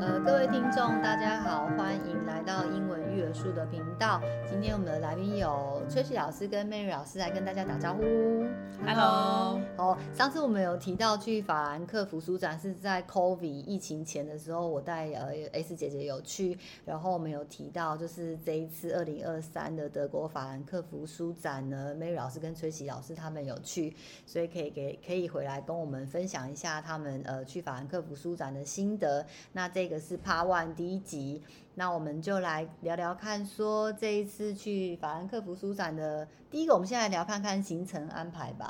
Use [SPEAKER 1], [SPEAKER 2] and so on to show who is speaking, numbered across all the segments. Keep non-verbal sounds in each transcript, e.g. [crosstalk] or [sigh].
[SPEAKER 1] 呃术的频道。今天我们的来宾有崔旭老师跟 Mary 老师来跟大家打招呼。
[SPEAKER 2] Hello，
[SPEAKER 1] 哦，上次我们有提到去法兰克福书展是在 COVID 疫情前的时候，我带呃 S 姐姐有去，然后我们有提到就是这一次二零二三的德国法兰克福书展呢，Mary 老师跟崔琦老师他们有去，所以可以给可以回来跟我们分享一下他们呃去法兰克福书展的心得。那这个是 Part One 第一集，那我们就来聊聊看说这一次去法兰克福书展的第一个，我们先来聊看看行程安排吧。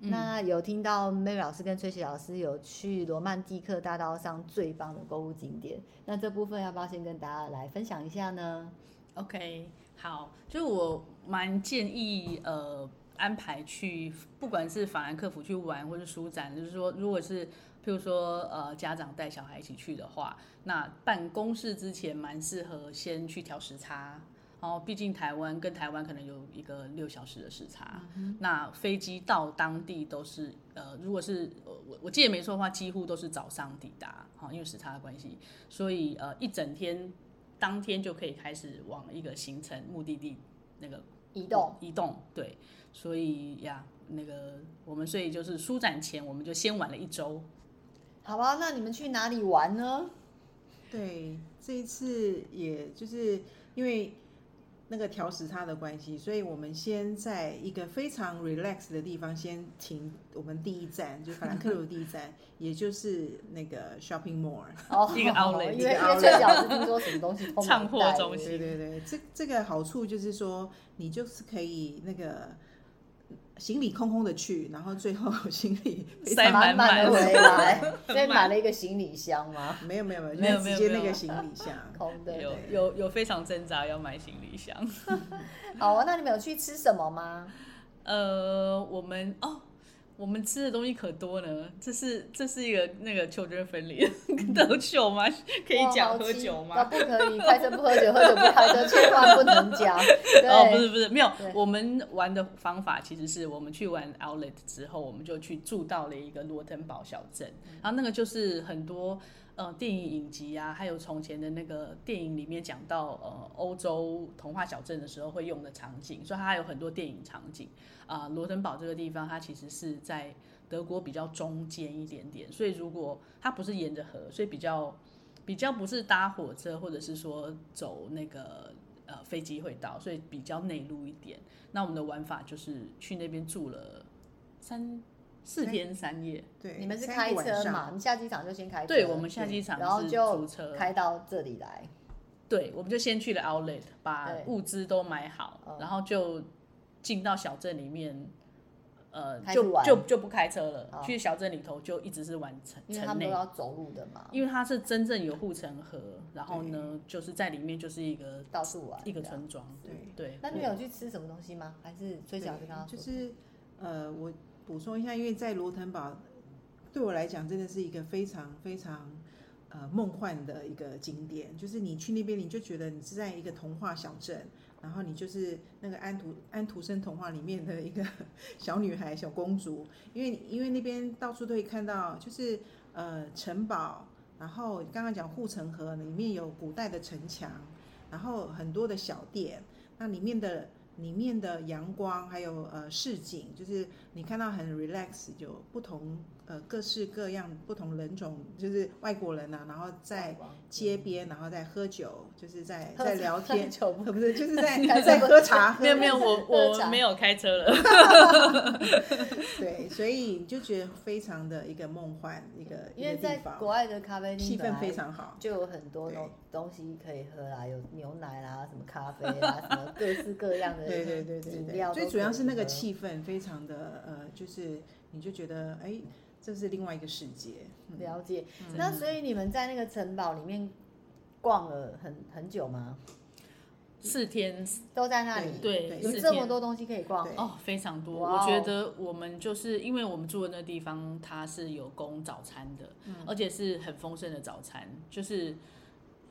[SPEAKER 2] 嗯
[SPEAKER 1] 那有听到 Mary 老师跟崔琦老师有去罗曼蒂克大道上最棒的购物景点，那这部分要不要先跟大家来分享一下呢？
[SPEAKER 2] OK，好，就是我蛮建议呃安排去，不管是法兰克福去玩或是书展，就是说如果是譬如说呃家长带小孩一起去的话，那办公室之前蛮适合先去调时差。然后，毕竟台湾跟台湾可能有一个六小时的时差，那飞机到当地都是呃，如果是呃我我记得没错的话，几乎都是早上抵达，好，因为时差的关系，所以呃一整天当天就可以开始往一个行程目的地那个
[SPEAKER 1] 移动，
[SPEAKER 2] 移动，对，所以呀，那个我们所以就是书展前我们就先玩了一周，
[SPEAKER 1] 好吧？那你们去哪里玩呢？
[SPEAKER 3] 对，这一次也就是因为那个调时差的关系，所以我们先在一个非常 relax 的地方先停。我们第一站就法兰克福第一站， [laughs] 也就是那个 shopping mall。
[SPEAKER 1] 哦
[SPEAKER 2] [laughs] 一个 outlet，
[SPEAKER 1] 因为
[SPEAKER 3] 一
[SPEAKER 1] 因
[SPEAKER 3] 个
[SPEAKER 1] 为
[SPEAKER 3] outlet
[SPEAKER 1] 崔琦老师听说什么东西都没
[SPEAKER 2] 畅货
[SPEAKER 1] 带
[SPEAKER 2] 中
[SPEAKER 3] 对
[SPEAKER 2] 心
[SPEAKER 3] 对对，这这个好处就是说，你就是可以那个行李空空的去，然后最后行李非
[SPEAKER 2] 塞
[SPEAKER 3] 常
[SPEAKER 1] 满满的
[SPEAKER 2] 满
[SPEAKER 1] 回
[SPEAKER 2] 满
[SPEAKER 1] 来，
[SPEAKER 2] 很
[SPEAKER 1] 所以买
[SPEAKER 2] 满
[SPEAKER 1] 了一个行李箱吗？
[SPEAKER 3] 没有没有没有，
[SPEAKER 2] 没有
[SPEAKER 3] 就
[SPEAKER 2] 没
[SPEAKER 3] 是直
[SPEAKER 2] 有
[SPEAKER 3] 接
[SPEAKER 2] 没
[SPEAKER 3] 那
[SPEAKER 2] 有
[SPEAKER 3] 个行李箱。
[SPEAKER 1] 空的。
[SPEAKER 2] 有
[SPEAKER 3] 对
[SPEAKER 2] 有有非常挣扎要买行李箱， [laughs]
[SPEAKER 1] [laughs] 好啊，那你们有去吃什么吗？
[SPEAKER 2] 呃，我们哦。我们吃的东西可多呢，这是这是一个那个 children friendly [laughs] 的都酒吗？可以
[SPEAKER 1] 嗯哇
[SPEAKER 2] 讲
[SPEAKER 1] 好
[SPEAKER 2] 喝
[SPEAKER 1] 奇
[SPEAKER 2] 酒吗？
[SPEAKER 1] 啊，不可以，开车不喝酒，喝酒不开车，千万不能讲。
[SPEAKER 2] [laughs] 哦，不
[SPEAKER 1] 对，
[SPEAKER 2] 是不是，没有
[SPEAKER 1] 对。
[SPEAKER 2] 我们玩的方法其实是我们去玩 Outlet 之后，我们就去住到了一个罗腾堡小镇，然后那个就是很多呃电影影集啊，还有从前的那个电影里面讲到呃欧洲童话小镇的时候会用的场景，所以它有很多电影场景啊、罗腾堡这个地方，它其实是在德国比较中间一点点，所以如果它不是沿着河，所以比较。比较不是搭火车，或者是说走那个呃飞机会到，所以比较内陆一点。那我们的玩法就是去那边住了三四天三夜，
[SPEAKER 3] 对，
[SPEAKER 1] 你们是
[SPEAKER 3] 三个
[SPEAKER 1] 开
[SPEAKER 3] 晚
[SPEAKER 1] 车
[SPEAKER 3] 上
[SPEAKER 1] 嘛？你下机场就先开车。
[SPEAKER 2] 对我们下机场
[SPEAKER 1] 然后
[SPEAKER 2] 是
[SPEAKER 1] 就
[SPEAKER 2] 租车，
[SPEAKER 1] 开到这里来。
[SPEAKER 2] 对，我们就先去了 Outlet，把
[SPEAKER 1] 对
[SPEAKER 2] 物资都买好
[SPEAKER 1] 嗯，
[SPEAKER 2] 然后就进到小镇里面。呃，
[SPEAKER 1] 开始
[SPEAKER 2] 就
[SPEAKER 1] 玩
[SPEAKER 2] 就就不开车了，
[SPEAKER 1] 哦
[SPEAKER 2] 去小镇里头就一直是玩城
[SPEAKER 1] 因为他
[SPEAKER 2] 城
[SPEAKER 1] 们
[SPEAKER 2] 内
[SPEAKER 1] 都，要走路的嘛，
[SPEAKER 2] 因为它是真正有护城河，然后呢，就是在里面就是一个
[SPEAKER 1] 到处玩
[SPEAKER 2] 一个
[SPEAKER 1] 这样
[SPEAKER 2] 村庄，
[SPEAKER 3] 对
[SPEAKER 2] 对。
[SPEAKER 1] 那你们有去吃什么东西吗？还是崔小就跟他
[SPEAKER 3] 对就
[SPEAKER 1] 说？
[SPEAKER 3] 是呃，我补充一下，因为在罗腾堡对我来讲真的是一个非常非常呃梦幻的一个景点，就是你去那边你就觉得你是在一个童话小镇。然后你就是那个安徒安徒生童话里面的一个 [laughs] 小女孩、小公主，因为因为那边到处都可以看到，就是呃城堡，然后刚刚讲护城河里面有古代的城墙，然后很多的小店，那里面的里面的阳光，还有呃市景，就是你看到很 relax，有不同呃各式各样不同人种，就是外国人啊，然后在街边，然后在喝酒，就是在
[SPEAKER 1] 喝
[SPEAKER 3] 在聊天，
[SPEAKER 1] 酒
[SPEAKER 3] 呃 [laughs] 不是就是在
[SPEAKER 1] 开车
[SPEAKER 3] 在喝茶，喝
[SPEAKER 2] 没有没有，我
[SPEAKER 1] 喝
[SPEAKER 2] 我
[SPEAKER 1] 茶
[SPEAKER 2] 没有开车了。
[SPEAKER 3] 对，所以你就觉得非常的一个梦幻，一个一
[SPEAKER 1] 因为
[SPEAKER 3] 个
[SPEAKER 1] 在
[SPEAKER 3] 地
[SPEAKER 1] 国
[SPEAKER 3] 方，
[SPEAKER 1] 外的咖啡厅
[SPEAKER 3] 气
[SPEAKER 1] 本
[SPEAKER 3] 氛
[SPEAKER 1] 来
[SPEAKER 3] 非常好。
[SPEAKER 1] 就有很多东东西可以喝啦，有牛奶啦，什么咖啡啦，什么各式各样的
[SPEAKER 3] 对对对对
[SPEAKER 1] 饮
[SPEAKER 3] 对，
[SPEAKER 1] 料都可以喝。
[SPEAKER 3] 最主要是那个气氛非常的呃，就是你就觉得哎，这是另外一个世界。嗯
[SPEAKER 1] 了解。那所以你们在那个城堡里面逛了很很久吗？
[SPEAKER 2] 四天
[SPEAKER 1] 都在那里，
[SPEAKER 2] 对
[SPEAKER 3] 对
[SPEAKER 1] 有
[SPEAKER 2] 四
[SPEAKER 1] 这么
[SPEAKER 2] 天
[SPEAKER 1] 多东西可以逛
[SPEAKER 3] 对。
[SPEAKER 2] 哦，非常多。
[SPEAKER 1] 哇哦
[SPEAKER 2] 我觉得我们就是因为我们住的那地方，它是有供早餐的，而且是很丰盛的早餐。就是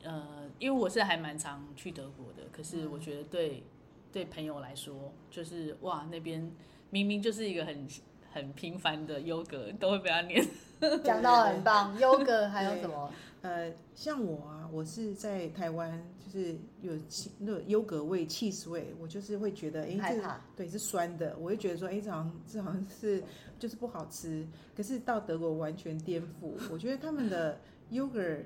[SPEAKER 2] 呃，因为我是还蛮常去德国的，可是我觉得对、对朋友来说，就是哇，那边明明就是一个很很频繁的优格都会被他念。
[SPEAKER 1] 讲到很棒，优格还有什
[SPEAKER 2] [laughs]
[SPEAKER 1] 么？
[SPEAKER 3] 呃，像我啊，我是在台湾，就是有气那种优格味、气味，我就是会觉得，哎、
[SPEAKER 1] 害
[SPEAKER 3] 这
[SPEAKER 1] 怕
[SPEAKER 3] 个对是酸的，我会觉得说，哎、这好像这好像是就是不好吃。可是到德国完全颠覆，我觉得他们的 [laughs] yogurt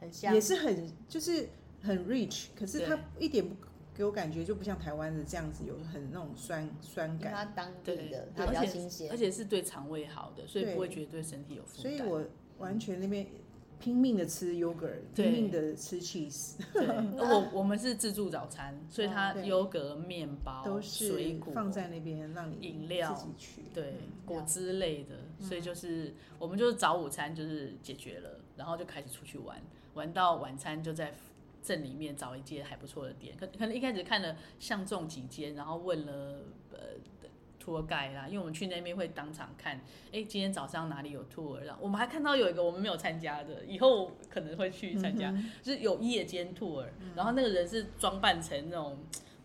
[SPEAKER 1] 很香
[SPEAKER 3] 也，是很就是很 rich，可是它
[SPEAKER 2] 对
[SPEAKER 3] 一点不给我感觉就不像台湾的这样子有很那种酸酸
[SPEAKER 1] 因为
[SPEAKER 3] 感。
[SPEAKER 1] 它当地的，它比
[SPEAKER 2] 对
[SPEAKER 1] 较
[SPEAKER 2] 而且
[SPEAKER 1] 新鲜
[SPEAKER 2] 而。且是对肠胃好的，所以
[SPEAKER 3] 对
[SPEAKER 2] 不会觉得对身体有负
[SPEAKER 3] 所
[SPEAKER 2] 担。
[SPEAKER 3] 以我完全那边拼命的吃 yogurt，
[SPEAKER 2] 对
[SPEAKER 3] 拼命的吃 cheese，
[SPEAKER 2] 对，呃我我们是自助早餐，所以它
[SPEAKER 3] 嗯哦对
[SPEAKER 2] 优格、面包、
[SPEAKER 3] 都
[SPEAKER 2] 水
[SPEAKER 3] 是
[SPEAKER 2] 果
[SPEAKER 3] 放在那边让你
[SPEAKER 2] 饮料
[SPEAKER 3] 自己去。嗯
[SPEAKER 2] 对果
[SPEAKER 1] 了
[SPEAKER 2] 汁类的，所以就是我们就是早午餐就是解决了，然后就开始出去玩，玩到晚餐就在镇里面找一间还不错的店，可可能一开始看了相中几间，然后问了呃。tour guide 啦，因为我们去那边会当场看，哎、今天早上哪里有 tour，然后我们还看到有一个我们没有参加的，以后可能会
[SPEAKER 3] 嗯
[SPEAKER 2] 去参加，就是有夜间 tour，、然后那个人是装扮成那种，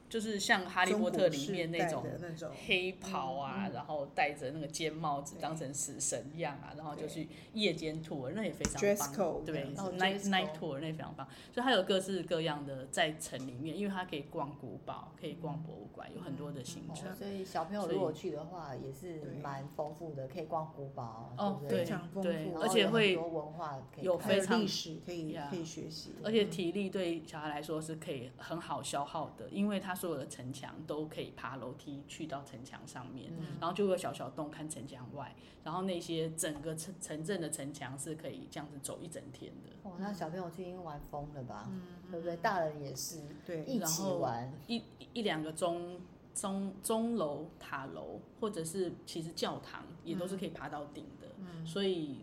[SPEAKER 2] 就是像哈利波特里面那种
[SPEAKER 3] 中国式带的那种
[SPEAKER 2] 黑袍
[SPEAKER 1] 嗯
[SPEAKER 2] 啊，然后戴着那个尖帽子，
[SPEAKER 3] 对
[SPEAKER 2] 当成死神一样啊，然后就
[SPEAKER 3] 对
[SPEAKER 2] 去夜间 tour，那也非常
[SPEAKER 3] Dress
[SPEAKER 2] 棒，
[SPEAKER 3] code 嗯
[SPEAKER 2] 对
[SPEAKER 3] 这
[SPEAKER 1] 样子
[SPEAKER 2] ，night
[SPEAKER 1] 哦，dress
[SPEAKER 2] night
[SPEAKER 1] code
[SPEAKER 2] tour 那也非常棒，所以它有各式各样的在城里面，因为它可以逛古堡，可以逛博物馆，有很多的行程。
[SPEAKER 3] 嗯
[SPEAKER 1] 哦所以小朋友
[SPEAKER 2] 所以
[SPEAKER 1] 如果去的话，也是
[SPEAKER 3] 对
[SPEAKER 1] 蛮丰富的，可以逛古堡，
[SPEAKER 2] 哦，
[SPEAKER 1] 对不
[SPEAKER 2] 对
[SPEAKER 1] 对
[SPEAKER 3] 非？常丰富
[SPEAKER 2] 对，
[SPEAKER 1] 然后
[SPEAKER 2] 而且
[SPEAKER 1] 有很
[SPEAKER 2] 会
[SPEAKER 1] 多文化可以
[SPEAKER 2] 有
[SPEAKER 1] 看
[SPEAKER 3] 还
[SPEAKER 2] 非
[SPEAKER 3] 有
[SPEAKER 2] 常
[SPEAKER 3] 历史可以
[SPEAKER 2] Yeah
[SPEAKER 3] 可以学习。
[SPEAKER 2] 而且体力对小孩来说是可以很好消耗的，因为他所有的城墙都可以爬楼梯去到城墙上面，然后就会有小小洞看城墙外，然后那些整个城城镇的城墙是可以这样子走一整天的，
[SPEAKER 1] 哇，那小朋友去应该玩疯了吧？对不对？大人也是
[SPEAKER 3] 对
[SPEAKER 1] 一
[SPEAKER 2] 嗯然
[SPEAKER 1] 起
[SPEAKER 2] 后
[SPEAKER 1] 玩，
[SPEAKER 2] 一一一两个钟。钟钟楼、塔楼，或者是其实教堂，也都是可以爬到顶的，所以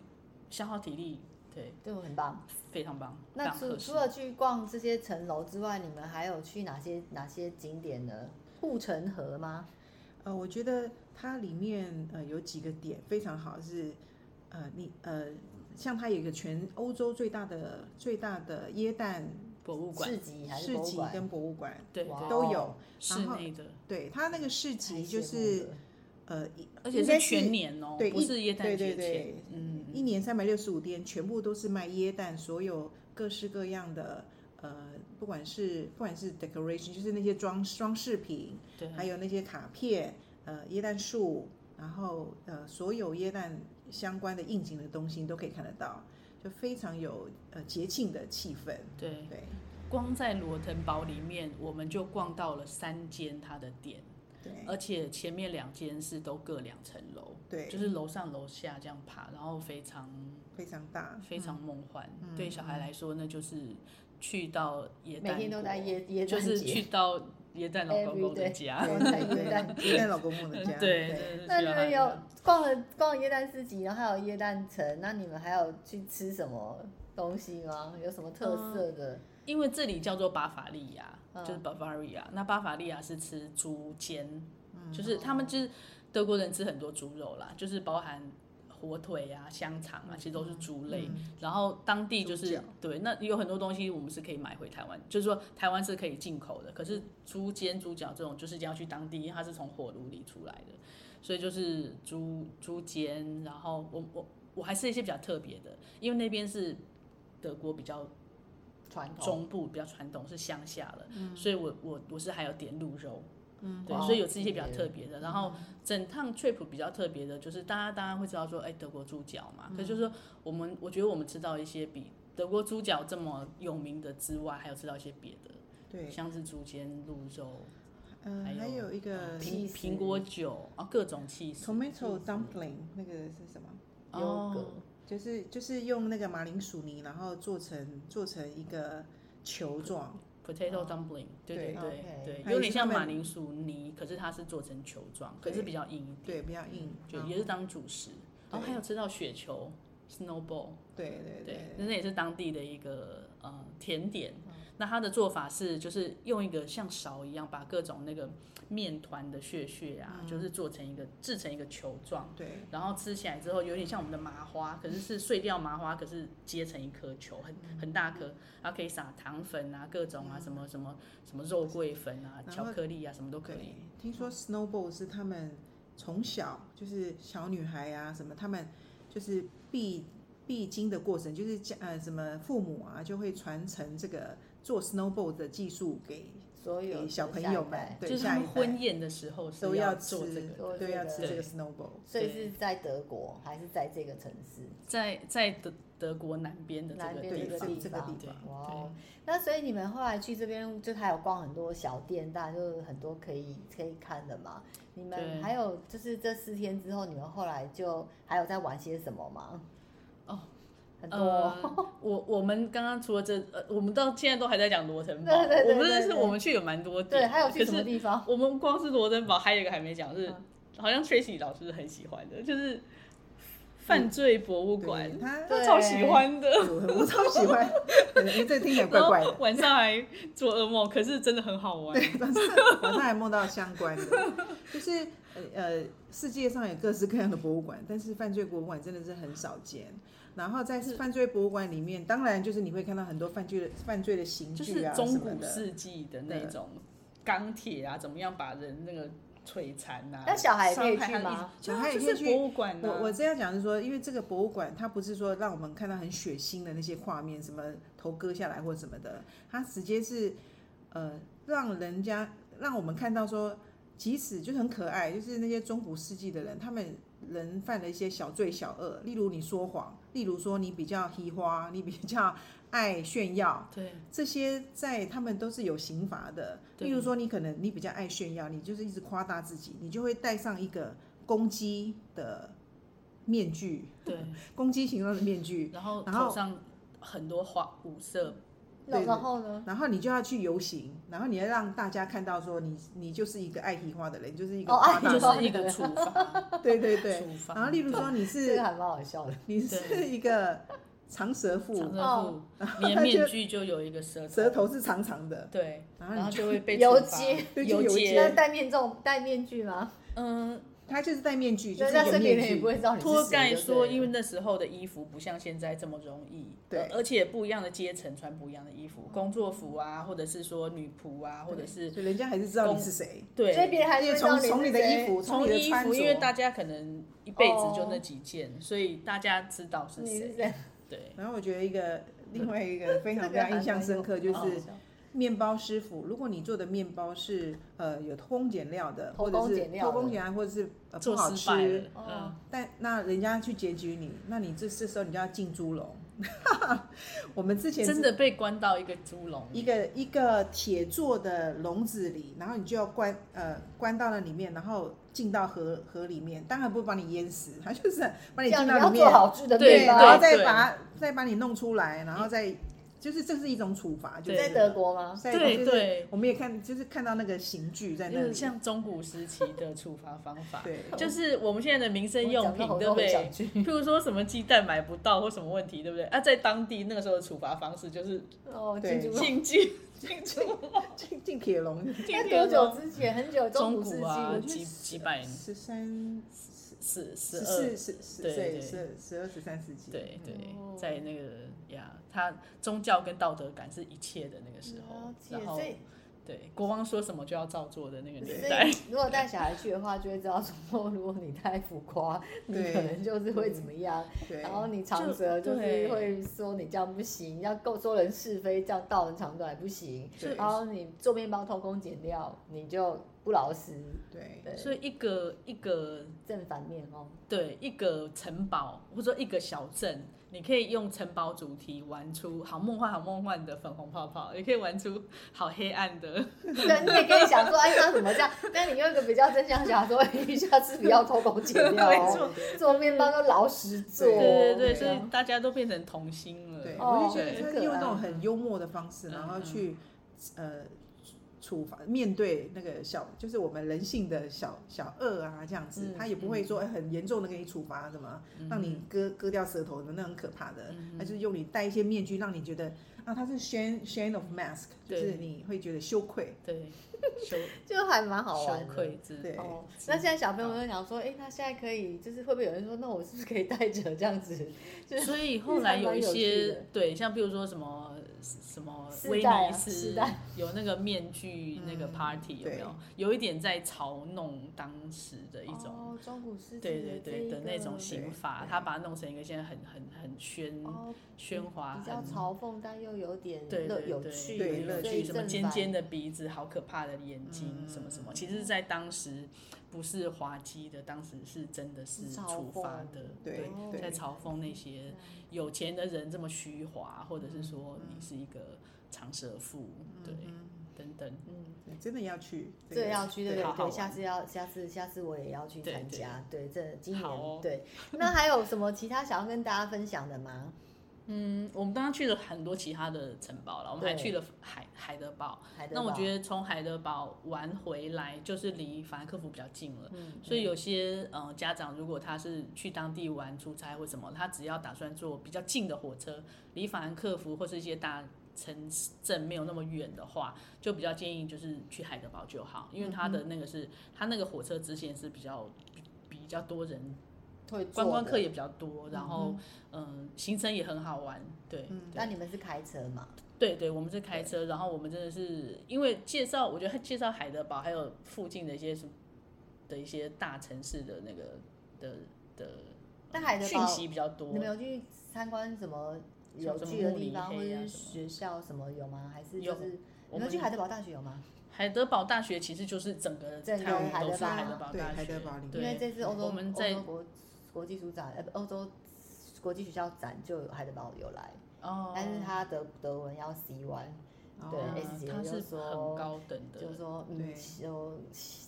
[SPEAKER 2] 消耗体力，对，
[SPEAKER 1] 对，很棒。
[SPEAKER 2] 非常棒。非
[SPEAKER 1] 那
[SPEAKER 2] 常
[SPEAKER 1] 除
[SPEAKER 2] 合适
[SPEAKER 1] 除了去逛这些城楼之外，你们还有去哪些哪些景点呢？护城河吗？
[SPEAKER 3] 呃，我觉得它里面呃有几个点非常好是，呃你呃像它有一个全欧洲最大的最大的耶诞
[SPEAKER 2] 博物馆，
[SPEAKER 1] 市集还是
[SPEAKER 3] 市
[SPEAKER 1] 博物
[SPEAKER 3] 集
[SPEAKER 1] 馆？
[SPEAKER 3] 跟博物馆
[SPEAKER 2] 对
[SPEAKER 1] 哇
[SPEAKER 2] 对，
[SPEAKER 3] 都
[SPEAKER 1] 哦
[SPEAKER 3] 有。
[SPEAKER 2] 室内的，
[SPEAKER 3] 对它那个市
[SPEAKER 1] 太
[SPEAKER 3] 集就
[SPEAKER 1] 羡慕
[SPEAKER 3] 是
[SPEAKER 1] 了
[SPEAKER 3] 呃一
[SPEAKER 2] 而且
[SPEAKER 3] 应该
[SPEAKER 2] 是
[SPEAKER 3] 是
[SPEAKER 2] 全年哦，
[SPEAKER 3] 对
[SPEAKER 2] 不
[SPEAKER 3] 一
[SPEAKER 2] 是耶诞
[SPEAKER 3] 对
[SPEAKER 2] 节
[SPEAKER 3] 对
[SPEAKER 2] 前
[SPEAKER 3] 对，
[SPEAKER 2] 嗯，
[SPEAKER 3] 一年三百六十五天，全部都是卖椰蛋，所有各式各样的呃，不管是不管是 decoration，就是那些装装饰品，
[SPEAKER 2] 对，
[SPEAKER 3] 还有那些卡片，呃，椰蛋树，然后呃，所有椰蛋相关的应景的东西都可以看得到，就非常有呃节庆的气氛。
[SPEAKER 2] 对，
[SPEAKER 3] 对，
[SPEAKER 2] 光在罗腾堡里面，我们就逛到了三间它的店，
[SPEAKER 3] 对，
[SPEAKER 2] 而且前面两间是都各两层楼，
[SPEAKER 3] 对
[SPEAKER 2] 就是楼上楼下这样爬，然后非常
[SPEAKER 3] 非常大。
[SPEAKER 2] 非常梦幻，对小孩来说那就是去到耶诞
[SPEAKER 1] 每
[SPEAKER 2] 国，
[SPEAKER 1] 天都在耶耶
[SPEAKER 2] 就
[SPEAKER 1] 诞
[SPEAKER 2] 是
[SPEAKER 1] 节
[SPEAKER 2] 去到耶诞老公公的
[SPEAKER 1] Every day
[SPEAKER 2] 家，
[SPEAKER 1] 光
[SPEAKER 3] 对
[SPEAKER 1] 在
[SPEAKER 3] 对
[SPEAKER 1] 椰蛋 [laughs]
[SPEAKER 3] 对，椰啊蛋老公公的家。
[SPEAKER 2] 对，
[SPEAKER 1] [laughs] 那
[SPEAKER 2] 是
[SPEAKER 1] 你
[SPEAKER 2] 小
[SPEAKER 1] 们有
[SPEAKER 2] 孩的
[SPEAKER 1] 逛了逛耶诞市集，然后还有耶诞城，那你们还有去吃什么东西吗？有什么特
[SPEAKER 3] 嗯
[SPEAKER 1] 色的？
[SPEAKER 2] 因为这里叫做巴伐利亚，
[SPEAKER 1] 嗯
[SPEAKER 2] 就是 Bavaria。那巴伐利亚是吃猪肩，
[SPEAKER 3] 嗯
[SPEAKER 2] 就是他们就是德国人吃很多猪肉啦，就是包含火腿啊、香肠啊，其实都是猪类。然后当地就
[SPEAKER 3] 嗯猪
[SPEAKER 2] 是
[SPEAKER 3] 脚
[SPEAKER 2] 对，那有很多东西我们是可以买回台湾，就是说台湾是可以进口的。可是猪肩、猪脚这种，就是要去当地，因为它是从火炉里出来的，所以就是猪猪肩。然后我我我还是一些比较特别的，因为那边是德国比较
[SPEAKER 1] 传统
[SPEAKER 2] 中部比较传统，是乡下了，所以我我我是还有点鹿肉，嗯对，
[SPEAKER 1] 哇
[SPEAKER 2] 所以有这些比较特别的。然后整趟 trip 比较特别的就是大家当然会知道说，哎、德国猪脚嘛，可就是说我们我觉得我们吃到一些比德国猪脚这么有名的之外，还有吃到一些别的，
[SPEAKER 3] 对，
[SPEAKER 2] 像是猪肩、鹿肉、
[SPEAKER 3] 嗯、
[SPEAKER 2] 还有
[SPEAKER 3] 还有一个
[SPEAKER 1] 嗯
[SPEAKER 2] 苹
[SPEAKER 1] cheese
[SPEAKER 2] 苹果酒啊，各种气势
[SPEAKER 3] tomato dumpling，那个是什么？
[SPEAKER 1] 优格
[SPEAKER 2] 哦，
[SPEAKER 3] 就是就是用那个马铃薯泥，然后做成做成一个球状，
[SPEAKER 2] potato
[SPEAKER 1] 哦
[SPEAKER 2] dumpling，对对
[SPEAKER 3] 对
[SPEAKER 2] 对
[SPEAKER 1] OK
[SPEAKER 2] 对，
[SPEAKER 3] 还有
[SPEAKER 2] 有点
[SPEAKER 3] 是
[SPEAKER 2] 像
[SPEAKER 3] 他
[SPEAKER 2] 马
[SPEAKER 3] 们
[SPEAKER 2] 铃薯泥，可是它是做成球状，可是
[SPEAKER 3] 对
[SPEAKER 2] 比较硬一点。
[SPEAKER 3] 对，比较硬，
[SPEAKER 2] 就
[SPEAKER 3] 然后
[SPEAKER 2] 也是当主食，然后还有吃到雪球 （snowball），
[SPEAKER 3] 对
[SPEAKER 2] 对
[SPEAKER 3] 对对，，嗯
[SPEAKER 2] 那也是当地的一个呃甜点。那它的做法是，就是用一个像勺一样，把各种那个面团的屑屑啊，
[SPEAKER 3] 嗯
[SPEAKER 2] 就是做成一个制成一个球状，
[SPEAKER 3] 对
[SPEAKER 2] 然后吃起来之后有点像我们的麻花，可是是碎掉麻花，可是结成一颗球，很
[SPEAKER 3] 嗯
[SPEAKER 2] 很大颗，然后可以撒糖粉啊，各种啊，什么什么什么肉桂粉啊
[SPEAKER 3] 然，后
[SPEAKER 2] 巧克力啊，什么都可以
[SPEAKER 3] 对。听说 snowball 是他们从小就是小女孩啊什么，他们就是必必经的过程，就是家呃什么父母啊就会传承这个做 snowboard 的技术给
[SPEAKER 1] 所有
[SPEAKER 3] 给
[SPEAKER 1] 的
[SPEAKER 3] 小朋
[SPEAKER 1] 下一
[SPEAKER 3] 友们
[SPEAKER 1] 代，
[SPEAKER 3] 对
[SPEAKER 2] 就是
[SPEAKER 3] 下
[SPEAKER 2] 他
[SPEAKER 3] 一
[SPEAKER 2] 们
[SPEAKER 3] 代
[SPEAKER 2] 婚宴的时候是
[SPEAKER 3] 都
[SPEAKER 2] 要
[SPEAKER 3] 要
[SPEAKER 2] 做
[SPEAKER 3] 吃
[SPEAKER 2] 这个。
[SPEAKER 1] 做
[SPEAKER 3] 都
[SPEAKER 1] 这
[SPEAKER 3] 要
[SPEAKER 1] 个
[SPEAKER 3] 吃这
[SPEAKER 2] 对
[SPEAKER 3] 个 snowball。
[SPEAKER 1] 所以
[SPEAKER 2] 对
[SPEAKER 1] 是在德国还是在这个城市？
[SPEAKER 2] 在在德德国南边的
[SPEAKER 1] 南
[SPEAKER 2] 这
[SPEAKER 1] 边这个
[SPEAKER 2] 个地
[SPEAKER 3] 对
[SPEAKER 2] 方，
[SPEAKER 1] 地
[SPEAKER 3] 这个
[SPEAKER 1] 方
[SPEAKER 3] 地方
[SPEAKER 1] 哇哦，那所以你们后来去这边，就还有逛很多小店，大家就很多可以可以看的嘛。你们
[SPEAKER 2] 对
[SPEAKER 1] 还有就是这四天之后，你们后来就还有在玩些什么吗？
[SPEAKER 2] 哦，
[SPEAKER 1] 很多、 [laughs]
[SPEAKER 2] 呃， [laughs] 我我们刚刚除了这，呃，我们到现在都还在讲罗腾堡。
[SPEAKER 1] 对对对
[SPEAKER 2] 我们
[SPEAKER 1] 对
[SPEAKER 2] 认识
[SPEAKER 1] 对
[SPEAKER 2] 我们去有蛮多
[SPEAKER 1] 对，
[SPEAKER 2] 点，
[SPEAKER 1] 还有
[SPEAKER 2] 可
[SPEAKER 1] 去什么
[SPEAKER 2] 是
[SPEAKER 1] 地方？
[SPEAKER 2] 我们光是罗登堡，还有一个还没讲是
[SPEAKER 1] 嗯，
[SPEAKER 2] 好像 Tracy 老师很喜欢的，就是犯罪博物馆
[SPEAKER 3] 对，他
[SPEAKER 2] 他超喜欢的。
[SPEAKER 3] 我我超喜欢，对因为这听起来怪
[SPEAKER 2] 然后 [laughs]
[SPEAKER 3] 怪的。
[SPEAKER 2] 晚上还做噩梦，可是真的很好玩。
[SPEAKER 3] 晚上晚上还梦到相关的，就是呃呃，世界上有各式各样的博物馆，但是犯罪博物馆真的是很少见。然后在犯罪博物馆里面，当然就是你会看到很多犯罪的犯罪的刑
[SPEAKER 2] 就
[SPEAKER 3] 具
[SPEAKER 2] 是
[SPEAKER 3] 啊
[SPEAKER 2] 中
[SPEAKER 3] 什么
[SPEAKER 2] 古
[SPEAKER 3] 的。
[SPEAKER 2] 世纪的那种钢铁啊，怎么样把人那个摧残啊？
[SPEAKER 1] 那小孩可以
[SPEAKER 2] 伤害
[SPEAKER 1] 去
[SPEAKER 2] 他的
[SPEAKER 1] 吗
[SPEAKER 2] 意思？就
[SPEAKER 3] 小孩也
[SPEAKER 2] 就
[SPEAKER 3] 可以
[SPEAKER 2] 是
[SPEAKER 3] 去
[SPEAKER 2] 博物馆啊。
[SPEAKER 3] 我我这样讲是说，因为这个博物馆它不是说让我们看到很血腥的那些画面，什么头割下来或什么的，它直接是呃让人家让我们看到说，即使就是很可爱，就是那些中古世纪的人，他们人犯了一些小罪小恶，例如你说谎，例如说你比较喜花，你比较爱炫耀，
[SPEAKER 2] 对
[SPEAKER 3] 这些在他们都是有刑罚的。
[SPEAKER 2] 对
[SPEAKER 3] 例如说，你可能你比较爱炫耀，你就是一直夸大自己，你就会戴上一个公鸡的面具，
[SPEAKER 2] 对，
[SPEAKER 3] 公鸡形状的面具，
[SPEAKER 2] 然后
[SPEAKER 3] 然后
[SPEAKER 2] 头上很多花五
[SPEAKER 3] [laughs]
[SPEAKER 2] 色，
[SPEAKER 1] 那
[SPEAKER 3] 对
[SPEAKER 1] 然后呢？
[SPEAKER 3] 然后你就要去游行，然后你要让大家看到说你你就是一个爱提花的人，就是一个
[SPEAKER 1] 哦
[SPEAKER 3] 夸
[SPEAKER 1] 爱
[SPEAKER 3] 大
[SPEAKER 2] 就
[SPEAKER 1] 提
[SPEAKER 3] 的
[SPEAKER 1] 花
[SPEAKER 3] 人，
[SPEAKER 2] 是一个处
[SPEAKER 3] [laughs]
[SPEAKER 2] 罚，
[SPEAKER 3] 对对对。
[SPEAKER 2] 处罚。
[SPEAKER 3] 然后例如说你
[SPEAKER 1] 这个
[SPEAKER 3] 是
[SPEAKER 1] 还蛮好笑的。
[SPEAKER 3] 你是一个长舌妇
[SPEAKER 2] 长，舌妇，你的面具就有一个舌头，
[SPEAKER 3] 舌头是长长的，
[SPEAKER 2] 对，
[SPEAKER 3] 然后
[SPEAKER 2] 然后
[SPEAKER 3] 你
[SPEAKER 2] 就会被
[SPEAKER 1] 游
[SPEAKER 2] 处罚
[SPEAKER 1] 街
[SPEAKER 3] 对
[SPEAKER 2] 游
[SPEAKER 3] 就游
[SPEAKER 1] 那
[SPEAKER 2] 街
[SPEAKER 3] 街，
[SPEAKER 1] 戴面罩戴面具吗？
[SPEAKER 2] 嗯，
[SPEAKER 3] 他就是戴面具，就
[SPEAKER 1] 对，
[SPEAKER 3] 是
[SPEAKER 1] 但
[SPEAKER 3] 一个
[SPEAKER 1] 身边
[SPEAKER 3] 面
[SPEAKER 1] 人也
[SPEAKER 3] 具
[SPEAKER 1] 不。会知道你是谁
[SPEAKER 2] 托盖说，因
[SPEAKER 1] 为
[SPEAKER 2] 为那时候的衣服不像现在这么容易，
[SPEAKER 3] 对
[SPEAKER 2] 呃而且不一样的阶层穿不一样的衣服，工作服啊，或者是说女仆啊，或者是
[SPEAKER 3] 就人家还是知道你
[SPEAKER 2] 公
[SPEAKER 3] 是谁，
[SPEAKER 2] 对，
[SPEAKER 1] 所以别人还
[SPEAKER 3] 而
[SPEAKER 1] 是
[SPEAKER 3] 且
[SPEAKER 1] 会知道
[SPEAKER 3] 从
[SPEAKER 1] 是
[SPEAKER 3] 从你的
[SPEAKER 1] 谁
[SPEAKER 3] 衣服，
[SPEAKER 2] 从
[SPEAKER 3] 你的
[SPEAKER 2] 衣
[SPEAKER 3] 穿
[SPEAKER 2] 服，
[SPEAKER 3] 着，
[SPEAKER 2] 因为大家可能一辈子就那几件，所以大家知道是
[SPEAKER 1] 哦你
[SPEAKER 2] 谁
[SPEAKER 1] 是。谁？
[SPEAKER 2] 对，
[SPEAKER 3] 然后我觉得一个另外一个非
[SPEAKER 1] 这 [laughs]
[SPEAKER 3] 常
[SPEAKER 1] 个
[SPEAKER 3] 非常
[SPEAKER 1] 还
[SPEAKER 3] 印象
[SPEAKER 1] 蛮有
[SPEAKER 3] 深刻，就
[SPEAKER 2] 哦
[SPEAKER 3] 是面包师傅。如果你做的面包是呃有偷工减料的，
[SPEAKER 1] 偷
[SPEAKER 3] 或
[SPEAKER 1] 工
[SPEAKER 3] 者是
[SPEAKER 1] 减料
[SPEAKER 3] 偷工
[SPEAKER 1] 的
[SPEAKER 3] 减料，或者是呃不
[SPEAKER 2] 做
[SPEAKER 3] 好
[SPEAKER 2] 失败
[SPEAKER 3] 吃
[SPEAKER 2] 了，，
[SPEAKER 1] 哦
[SPEAKER 2] 嗯，
[SPEAKER 3] 但那人家去检举你，那你这这时候你就要进猪笼。 [laughs] 我们之前
[SPEAKER 2] 真的被关到一个猪笼里
[SPEAKER 3] 一个一个铁做的笼子里，然后你就要关呃关到那里面，然后进到河河里面，当然不会把你淹死，他就是把你
[SPEAKER 1] 这样
[SPEAKER 3] 进
[SPEAKER 1] 你
[SPEAKER 3] 到
[SPEAKER 1] 要
[SPEAKER 3] 里
[SPEAKER 1] 做
[SPEAKER 3] 面，
[SPEAKER 1] 好吃的
[SPEAKER 2] 对
[SPEAKER 1] 面
[SPEAKER 3] 然后
[SPEAKER 1] 包。
[SPEAKER 3] 再
[SPEAKER 2] 对
[SPEAKER 3] 把再把你弄出来，然后再就是这是一种处罚，就是
[SPEAKER 1] 在
[SPEAKER 2] 对
[SPEAKER 1] 德，国吗？
[SPEAKER 3] 在
[SPEAKER 2] 对
[SPEAKER 3] 就是
[SPEAKER 2] 对
[SPEAKER 3] 我们也看就是看到那个刑具在那
[SPEAKER 2] 就是
[SPEAKER 3] 里，
[SPEAKER 2] 像中古时期的处罚方
[SPEAKER 1] [laughs]
[SPEAKER 2] 法，
[SPEAKER 3] 对
[SPEAKER 2] 就是我们现在的民生用品，
[SPEAKER 1] 我
[SPEAKER 2] 对
[SPEAKER 1] 讲到我
[SPEAKER 2] 不
[SPEAKER 1] 都很
[SPEAKER 2] 对
[SPEAKER 1] 想？去
[SPEAKER 2] 譬如说什么鸡蛋买不到或什么问题，对不对？啊，在当地那个时候的处罚方式就是
[SPEAKER 1] 哦，
[SPEAKER 3] 对
[SPEAKER 1] 进猪肉。
[SPEAKER 2] 禁忌，禁忌，
[SPEAKER 3] 进进铁
[SPEAKER 1] [laughs]
[SPEAKER 3] 笼，
[SPEAKER 1] 那
[SPEAKER 2] 禁
[SPEAKER 1] 多
[SPEAKER 2] 忌
[SPEAKER 1] 久之前？很久，
[SPEAKER 2] 中
[SPEAKER 1] 古世纪
[SPEAKER 2] 古啊，
[SPEAKER 1] 了。
[SPEAKER 2] 几几百年，
[SPEAKER 3] 十三
[SPEAKER 2] [laughs] 十十
[SPEAKER 3] 十
[SPEAKER 2] 二
[SPEAKER 3] 四十十
[SPEAKER 2] 对
[SPEAKER 3] 对
[SPEAKER 2] 对
[SPEAKER 3] 十二十二十三世纪，
[SPEAKER 2] 对对
[SPEAKER 1] 哦，
[SPEAKER 2] 在那个呀，他宗教跟道德感是一切的那个时候
[SPEAKER 1] 了，解
[SPEAKER 2] 然后
[SPEAKER 1] 所以
[SPEAKER 2] 对国王说什么就要照做的那个
[SPEAKER 1] 所
[SPEAKER 2] 年代
[SPEAKER 1] 以，如果带小孩去的话，就会知道说， [laughs] 如果你太浮夸，你
[SPEAKER 3] 对
[SPEAKER 1] 可能就是会怎么样。
[SPEAKER 3] 对
[SPEAKER 1] 然后你长舌
[SPEAKER 2] 嗯就
[SPEAKER 1] 就是
[SPEAKER 2] 对
[SPEAKER 1] 会说你这样不行，要够说人是非，这样道人长短不行。
[SPEAKER 3] 对
[SPEAKER 1] 然后你做面包偷工减料，你就不老实。
[SPEAKER 3] 对
[SPEAKER 1] 对，
[SPEAKER 2] 所以一个一个
[SPEAKER 1] 正反面哦。
[SPEAKER 2] 对一个城堡或者说一个小镇，你可以用城堡主题玩出好梦幻、好梦幻的粉红泡泡，也可以玩出好黑暗的。
[SPEAKER 1] [laughs] 对，你也可以想说，哎，那怎么这样？但你用一个比较正向想说， [laughs] 一下次不要偷工减料
[SPEAKER 2] [laughs] 没
[SPEAKER 1] 哦，
[SPEAKER 2] 错，
[SPEAKER 1] 做面包都老实做。
[SPEAKER 3] 对
[SPEAKER 2] 对对对，
[SPEAKER 3] 对啊
[SPEAKER 2] 所以大家都变成童星了。
[SPEAKER 3] 对，
[SPEAKER 1] 哦
[SPEAKER 3] 我就觉
[SPEAKER 1] 对
[SPEAKER 3] 得他
[SPEAKER 1] 很可
[SPEAKER 3] 用那种
[SPEAKER 1] 爱
[SPEAKER 3] 很幽默的方式，
[SPEAKER 2] 嗯
[SPEAKER 3] 然后去呃处罚面对那个小，就是我们人性的小小恶啊，这样子
[SPEAKER 2] 嗯，
[SPEAKER 3] 他也不会说哎很严重的给你处罚什么，让你割割掉舌头的那很可怕的，
[SPEAKER 2] 嗯
[SPEAKER 3] 他就是用你戴一些面具，让你觉得啊他是 shame shame of mask，就
[SPEAKER 2] 对
[SPEAKER 3] 是你会觉得羞愧，
[SPEAKER 2] 对羞
[SPEAKER 1] [laughs] 就还蛮好玩
[SPEAKER 2] 羞
[SPEAKER 1] 的。
[SPEAKER 2] 愧之
[SPEAKER 3] 对
[SPEAKER 1] 哦，那现在小朋友就想说，哎、那现在可以，就是会不会有人说，那我是不是可以带着这样子？就是
[SPEAKER 2] 所以后来有一
[SPEAKER 1] 还蛮有趣
[SPEAKER 2] 些
[SPEAKER 1] 的
[SPEAKER 2] 对，像比如说什么什么
[SPEAKER 1] 丝
[SPEAKER 2] 威
[SPEAKER 1] 带啊
[SPEAKER 2] 尼斯
[SPEAKER 1] 丝带
[SPEAKER 2] 有那个面具
[SPEAKER 3] 嗯
[SPEAKER 2] 那个 party 有
[SPEAKER 3] 对
[SPEAKER 2] 没有？有一点在嘲弄当时的一种
[SPEAKER 1] 哦
[SPEAKER 4] 中古世界
[SPEAKER 2] 对对
[SPEAKER 4] 的这
[SPEAKER 2] 对
[SPEAKER 4] 一
[SPEAKER 2] 的那种
[SPEAKER 4] 个
[SPEAKER 2] 刑法，他把它弄成一个现在很很很喧
[SPEAKER 4] 哦
[SPEAKER 2] 喧哗，
[SPEAKER 4] 比较
[SPEAKER 2] 很
[SPEAKER 4] 嘲讽，但又有点
[SPEAKER 2] 对
[SPEAKER 4] 乐
[SPEAKER 2] 对
[SPEAKER 4] 有
[SPEAKER 2] 对
[SPEAKER 4] 趣，
[SPEAKER 3] 对乐
[SPEAKER 2] 有
[SPEAKER 4] 所
[SPEAKER 2] 趣
[SPEAKER 4] 以
[SPEAKER 2] 什么
[SPEAKER 4] 正
[SPEAKER 2] 尖
[SPEAKER 4] 反
[SPEAKER 2] 尖的鼻子，好可怕的眼睛，什么什么。
[SPEAKER 3] 嗯
[SPEAKER 2] 其实，在当时不是滑稽的，当时是真的是
[SPEAKER 4] 是嘲
[SPEAKER 2] 处罚
[SPEAKER 4] 讽
[SPEAKER 2] 的，
[SPEAKER 3] 对对
[SPEAKER 2] 在嘲讽那些有钱的人这么虚华，或者是说你是一个长舌妇，对，等等。
[SPEAKER 1] 嗯，
[SPEAKER 3] 对真的要去，
[SPEAKER 1] 这要去对
[SPEAKER 2] 对好
[SPEAKER 1] 对
[SPEAKER 2] 好
[SPEAKER 1] 对，
[SPEAKER 2] 玩
[SPEAKER 1] 下次要下次下次我也要去
[SPEAKER 2] 对
[SPEAKER 1] 参
[SPEAKER 2] 对
[SPEAKER 1] 加，对这今年、
[SPEAKER 2] 好哦
[SPEAKER 1] 对。那还有什么其他想要跟大家分享的吗？
[SPEAKER 2] 嗯，我们当然去了很多其他的城堡了，我们还
[SPEAKER 1] 对
[SPEAKER 2] 去了海海德堡。
[SPEAKER 1] 海德
[SPEAKER 2] 那我
[SPEAKER 1] 堡
[SPEAKER 2] 觉得从海德堡玩回来，就是离法兰克福比较近了。
[SPEAKER 1] 嗯
[SPEAKER 2] 所以有些呃家长，如果他是去当地玩出差或什么，他只要打算坐比较近的火车，离法兰克福或是一些大城市镇没有那么远的话，就比较建议就是去海德堡就好，因为它
[SPEAKER 1] 嗯
[SPEAKER 2] 的那个是它那个火车支线是比较比比较多人，
[SPEAKER 1] 会
[SPEAKER 2] 观
[SPEAKER 1] 坐
[SPEAKER 2] 光
[SPEAKER 1] 的
[SPEAKER 2] 客也比较多，然后嗯、行程也很好玩，对。对
[SPEAKER 1] 那你们是开车嘛？
[SPEAKER 2] 对对，我们是开车，然后我们真的是因为介绍，我觉得他介绍海德堡还有附近的一些什么的一些大城市的那个的的
[SPEAKER 1] 但海德
[SPEAKER 2] 讯
[SPEAKER 1] 堡
[SPEAKER 2] 息比较多
[SPEAKER 1] 你。们有去参观什么有
[SPEAKER 2] 什么
[SPEAKER 1] 趣的
[SPEAKER 2] 慕
[SPEAKER 1] 地
[SPEAKER 2] 尼
[SPEAKER 1] 方，
[SPEAKER 2] 黑
[SPEAKER 1] 或者
[SPEAKER 2] 啊
[SPEAKER 1] 是
[SPEAKER 2] 什么
[SPEAKER 1] 学校什么有吗？还是
[SPEAKER 2] 有
[SPEAKER 1] 就是你
[SPEAKER 2] 我
[SPEAKER 1] 们
[SPEAKER 2] 们
[SPEAKER 1] 去海德堡大学有吗？
[SPEAKER 2] 海德堡大学其实就是整个
[SPEAKER 1] 整个
[SPEAKER 2] 台湾
[SPEAKER 1] 海
[SPEAKER 2] 都
[SPEAKER 1] 德
[SPEAKER 2] 是
[SPEAKER 1] 堡
[SPEAKER 2] 海德堡
[SPEAKER 3] 对
[SPEAKER 2] 大
[SPEAKER 3] 海
[SPEAKER 2] 学
[SPEAKER 3] 德堡里面，
[SPEAKER 1] 因为
[SPEAKER 2] 对
[SPEAKER 1] 这次欧洲
[SPEAKER 2] 我们
[SPEAKER 1] 欧
[SPEAKER 2] 在
[SPEAKER 1] 洲国国际书展，呃，不欧洲国际学校展就有海德堡有来，
[SPEAKER 2] 哦，
[SPEAKER 1] 但是他德德文要 C one，
[SPEAKER 3] 哦
[SPEAKER 1] 对
[SPEAKER 2] 嗯
[SPEAKER 1] S 级
[SPEAKER 2] 它
[SPEAKER 1] 就是说
[SPEAKER 2] 很高等的，
[SPEAKER 1] 就是说嗯
[SPEAKER 3] 对，
[SPEAKER 1] 就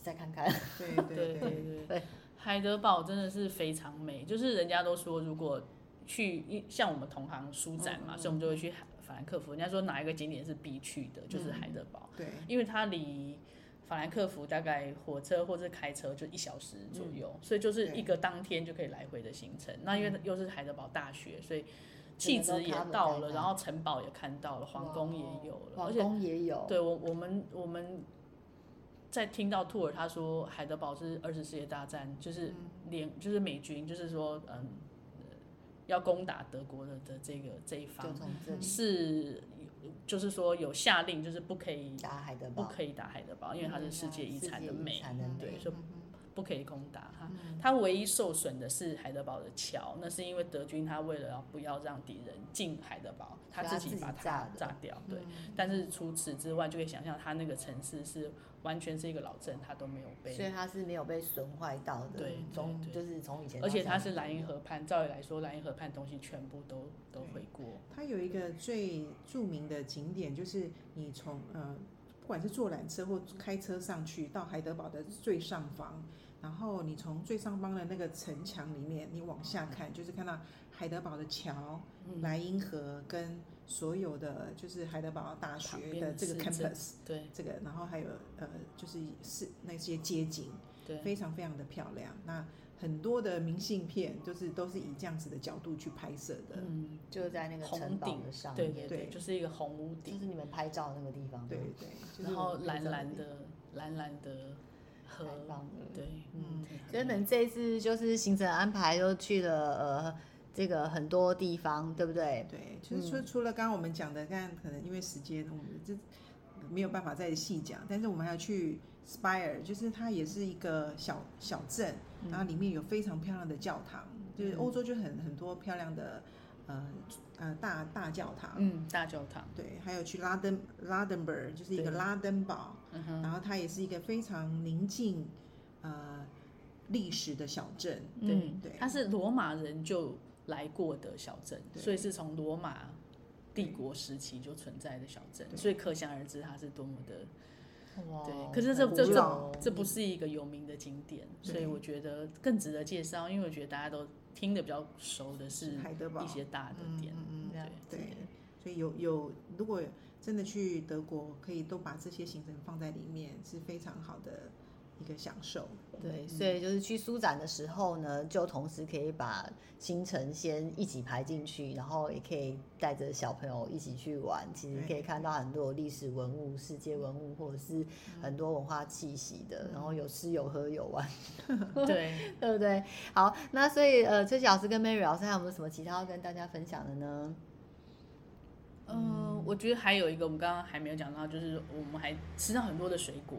[SPEAKER 1] 再看看。
[SPEAKER 3] 对
[SPEAKER 2] 对
[SPEAKER 3] 对
[SPEAKER 2] [laughs] 对
[SPEAKER 3] 对，
[SPEAKER 2] 对，海德堡真的是非常美，就是人家都说如果去一像我们同行书展
[SPEAKER 1] 嗯
[SPEAKER 2] 嘛，所以我们就会去海法兰克福。人家说哪一个景点是必去的，就是
[SPEAKER 1] 嗯
[SPEAKER 2] 海德堡，
[SPEAKER 3] 对，
[SPEAKER 2] 因为它离。法兰克福大概火车或者开车就一小时左右，
[SPEAKER 1] 嗯
[SPEAKER 2] 所以就是一个当天就可以来回的行程。那因为又是海德堡大学，所以气质也到
[SPEAKER 1] 整个都 cover 在
[SPEAKER 2] 了，
[SPEAKER 1] 那
[SPEAKER 2] 然后城堡也看到了，皇宫也有了，
[SPEAKER 1] 皇
[SPEAKER 2] 而且
[SPEAKER 1] 宫也有，
[SPEAKER 2] 对我，我们我们在听到兔尔他说海德堡是二次世界大战，
[SPEAKER 1] 嗯
[SPEAKER 2] 就是联、就是美军，就是说嗯、呃要攻打德国的的这个这一方
[SPEAKER 1] 就从这里
[SPEAKER 2] 是，就是说有下令，就是不可以
[SPEAKER 1] 打海德
[SPEAKER 2] 不
[SPEAKER 1] 堡，
[SPEAKER 2] 可以打海德堡，因为它是世界遗产的
[SPEAKER 1] 世界
[SPEAKER 2] 美，
[SPEAKER 1] 产的
[SPEAKER 4] 嗯
[SPEAKER 1] 美
[SPEAKER 2] 对，说不可以攻打它。它唯一受损的是海德堡的桥，那是因为德军他为了要不要让敌人进海德堡，他
[SPEAKER 1] 所以他
[SPEAKER 2] 自己
[SPEAKER 1] 自己
[SPEAKER 2] 把
[SPEAKER 1] 炸
[SPEAKER 2] 它
[SPEAKER 1] 的
[SPEAKER 2] 炸掉。对，但是除此之外，就可以想象它那个城市是完全是一个老镇，它都没有
[SPEAKER 1] 所以
[SPEAKER 2] 被。
[SPEAKER 1] 它是没有被损坏到的，
[SPEAKER 2] 对
[SPEAKER 1] 从
[SPEAKER 2] 对
[SPEAKER 1] 就是从以前到
[SPEAKER 2] 而且
[SPEAKER 1] 现在，
[SPEAKER 2] 它是莱茵河畔，照理来说，莱茵河畔东西全部都都回过。
[SPEAKER 3] 它有一个最著名的景点，就是你从呃，不管是坐缆车或开车上去到海德堡的最上方，然后你从最上方的那个城墙里面，你往下看，就是看到海德堡的桥、莱茵河跟所有的就是海德堡大
[SPEAKER 2] 旁
[SPEAKER 3] 学
[SPEAKER 2] 边
[SPEAKER 3] 的
[SPEAKER 2] 的
[SPEAKER 3] 这
[SPEAKER 2] 市
[SPEAKER 3] 个
[SPEAKER 2] 政
[SPEAKER 3] campus
[SPEAKER 2] 对
[SPEAKER 3] 这个，然后还有呃，就是是那些街景，
[SPEAKER 2] 对，
[SPEAKER 3] 非常非常的漂亮。那很多的明信片就是都是以这样子的角度去拍摄的。
[SPEAKER 2] 嗯，
[SPEAKER 1] 就在那个
[SPEAKER 2] 红
[SPEAKER 1] 城堡
[SPEAKER 2] 顶
[SPEAKER 1] 的上
[SPEAKER 2] 对
[SPEAKER 1] 面，
[SPEAKER 2] 对
[SPEAKER 3] 对
[SPEAKER 2] 就是一个红屋
[SPEAKER 1] 就
[SPEAKER 2] 顶，
[SPEAKER 1] 是你们拍照的那个地方，
[SPEAKER 3] 对，对，就是
[SPEAKER 2] 然
[SPEAKER 3] 我
[SPEAKER 2] 后
[SPEAKER 3] 们
[SPEAKER 2] 蓝
[SPEAKER 3] 拍照
[SPEAKER 2] 蓝
[SPEAKER 3] 地
[SPEAKER 2] 的蓝蓝的河
[SPEAKER 1] 太，棒了。
[SPEAKER 2] 对，
[SPEAKER 3] 嗯
[SPEAKER 2] 挺好
[SPEAKER 1] 所以你
[SPEAKER 2] 的
[SPEAKER 1] 们这一次就是行程安排都去了呃这个很多地方，对不对？
[SPEAKER 3] 对，
[SPEAKER 2] 嗯
[SPEAKER 3] 就是除除了刚刚我们讲的，刚刚可能因为时间，我们这没有办法再细讲，但是我们还要去 Spire，就是它也是一个小小镇，然后里面有非常漂亮的教堂，
[SPEAKER 2] 嗯
[SPEAKER 3] 就是欧洲就很很多漂亮的呃呃大大教堂。
[SPEAKER 2] 嗯大教堂，
[SPEAKER 3] 对，还有去拉登拉登堡，就是一个
[SPEAKER 2] 对
[SPEAKER 3] 拉登堡，
[SPEAKER 2] 嗯哼，
[SPEAKER 3] 然后它也是一个非常宁静，呃，历史的小镇。
[SPEAKER 2] 对
[SPEAKER 1] 嗯
[SPEAKER 3] 对
[SPEAKER 2] 它是罗马人就来过的小镇，
[SPEAKER 3] 对
[SPEAKER 2] 所以是从罗马帝国时期就存在的小镇，
[SPEAKER 3] 对
[SPEAKER 2] 所以可想而知它是多么的
[SPEAKER 1] 嗯哇
[SPEAKER 2] 对。可是这
[SPEAKER 1] 哦很
[SPEAKER 2] 这
[SPEAKER 1] 古
[SPEAKER 2] 这
[SPEAKER 1] 老
[SPEAKER 2] 这不是一个有名的景点，
[SPEAKER 3] 对
[SPEAKER 2] 所以我觉得更值得介绍，因为我觉得大家都听的比较熟的是
[SPEAKER 3] 海德堡
[SPEAKER 2] 一些大的点，
[SPEAKER 3] 嗯
[SPEAKER 1] 了
[SPEAKER 3] 对
[SPEAKER 1] 解
[SPEAKER 3] 所以有有，如果真的去德国，可以都把这些行程放在里面，是非常好的一个享受。
[SPEAKER 2] 嗯
[SPEAKER 1] 对，所以就是去书展的时候呢，就同时可以把行程先一起排进去，然后也可以带着小朋友一起去玩。其实可以看到很多历史文物、世界文物，或者是
[SPEAKER 2] 嗯
[SPEAKER 1] 很多文化气息的，然后有吃有喝有玩， [laughs]
[SPEAKER 2] 对 [laughs] 对。
[SPEAKER 1] 对不对？好，那所以呃，崔琦老师跟 Mary 老师还有没有什么其他要跟大家分享的呢？
[SPEAKER 2] 嗯，我觉得还有一个我们刚刚还没有讲到，就是我们还吃到很多的水果，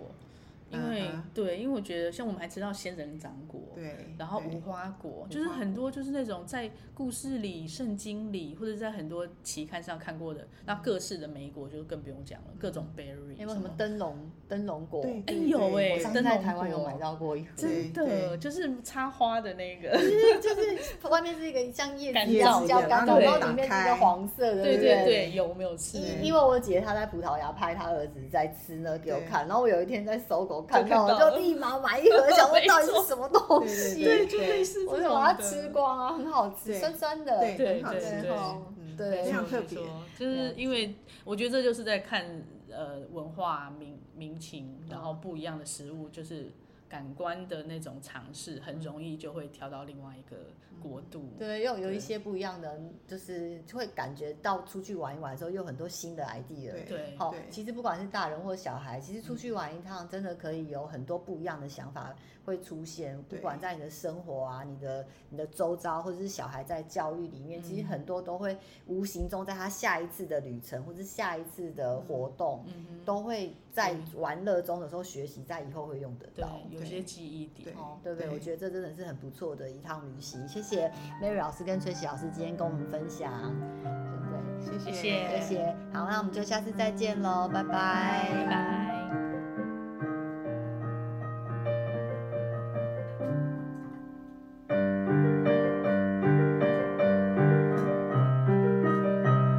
[SPEAKER 2] 因为、
[SPEAKER 3] 嗯哼
[SPEAKER 2] 对，因为我觉得像我们还吃到仙人掌果，
[SPEAKER 3] 对，
[SPEAKER 2] 然后
[SPEAKER 3] 对
[SPEAKER 2] 无花果
[SPEAKER 3] 无，
[SPEAKER 2] 就是
[SPEAKER 3] 花
[SPEAKER 2] 很多就是那种在故事里、圣经里，或者在很多期刊上看过的，那各式的莓果就更不用讲了，各种 berry，
[SPEAKER 1] 有没有什么灯笼灯笼果？
[SPEAKER 3] 对，
[SPEAKER 2] 哎
[SPEAKER 3] 对
[SPEAKER 2] 有
[SPEAKER 3] 对
[SPEAKER 2] 哎
[SPEAKER 1] 我
[SPEAKER 2] 对
[SPEAKER 1] 上次
[SPEAKER 2] 灯笼
[SPEAKER 1] 在台湾有
[SPEAKER 2] 果
[SPEAKER 1] 买到过一盒，
[SPEAKER 3] 对
[SPEAKER 2] 真的就是插花的那个，
[SPEAKER 1] 就是外面是一个像叶
[SPEAKER 2] 干
[SPEAKER 1] 子一样
[SPEAKER 2] 燥
[SPEAKER 1] 比较
[SPEAKER 2] 的
[SPEAKER 1] 干
[SPEAKER 2] 然
[SPEAKER 1] 燥，
[SPEAKER 2] 后你
[SPEAKER 1] 然后
[SPEAKER 3] 打
[SPEAKER 1] 里面是一
[SPEAKER 3] 开
[SPEAKER 1] 个黄色的，
[SPEAKER 2] 对
[SPEAKER 1] 不
[SPEAKER 2] 对对，有没有吃？
[SPEAKER 1] 因因为我姐她在葡萄牙拍她儿子在吃那个给我
[SPEAKER 3] 对
[SPEAKER 1] 看，然后我有一天在搜狗
[SPEAKER 2] 就
[SPEAKER 1] 看
[SPEAKER 2] 看
[SPEAKER 1] 到，我
[SPEAKER 2] 到了
[SPEAKER 1] 就立马买一
[SPEAKER 2] [laughs]
[SPEAKER 1] 盒，想说到底是什么东
[SPEAKER 3] 对对
[SPEAKER 1] 西，
[SPEAKER 2] 对，就类似
[SPEAKER 1] 我
[SPEAKER 2] 这
[SPEAKER 1] 就
[SPEAKER 2] 种
[SPEAKER 1] 把它
[SPEAKER 2] 的
[SPEAKER 1] 吃光啊，很好吃，
[SPEAKER 3] 对
[SPEAKER 1] 酸酸的，
[SPEAKER 3] 对
[SPEAKER 2] 对
[SPEAKER 3] 很好
[SPEAKER 2] 对
[SPEAKER 3] 吃
[SPEAKER 2] 对
[SPEAKER 3] 嗯
[SPEAKER 1] 哦对
[SPEAKER 3] 非
[SPEAKER 2] 没
[SPEAKER 3] 常
[SPEAKER 2] 错
[SPEAKER 3] 特
[SPEAKER 2] 没
[SPEAKER 3] 别，
[SPEAKER 2] 错就是因为我觉得这就是在看呃文化民民情，然后不一样的食物，就是感官的那种尝试，很容易就会跳到另外一个国度。
[SPEAKER 1] 嗯对，又有
[SPEAKER 2] 对
[SPEAKER 1] 一些不一样的，就是会感觉到出去玩一玩的时候，又有很多新的 idea。
[SPEAKER 3] 对
[SPEAKER 2] 对嗯
[SPEAKER 1] 好
[SPEAKER 3] 对，
[SPEAKER 1] 其实不管是大人或小孩，其实出去玩一趟，真的可以有很多不一样的想法会出现。不
[SPEAKER 3] 对
[SPEAKER 1] 管在你的生活啊、你的你的周遭，或者是小孩在教育里面，
[SPEAKER 2] 嗯
[SPEAKER 1] 其实很多都会无形中在他下一次的旅程或者下一次的活动，
[SPEAKER 2] 嗯
[SPEAKER 1] 都会在
[SPEAKER 2] 嗯
[SPEAKER 1] 玩乐中的时候学习，在以后会用得
[SPEAKER 2] 对
[SPEAKER 1] 到。，
[SPEAKER 2] 有些记忆点
[SPEAKER 3] 对。
[SPEAKER 1] 哦，对不对？
[SPEAKER 3] 对
[SPEAKER 1] 我觉得这真的是很不错的一趟旅行。谢谢 Mary 老师跟崔喜老师今天跟我们分享，对不对？
[SPEAKER 2] 谢
[SPEAKER 3] 谢
[SPEAKER 2] 谢
[SPEAKER 1] 谢谢。好，那我们就下次再见喽，拜拜
[SPEAKER 2] 拜拜。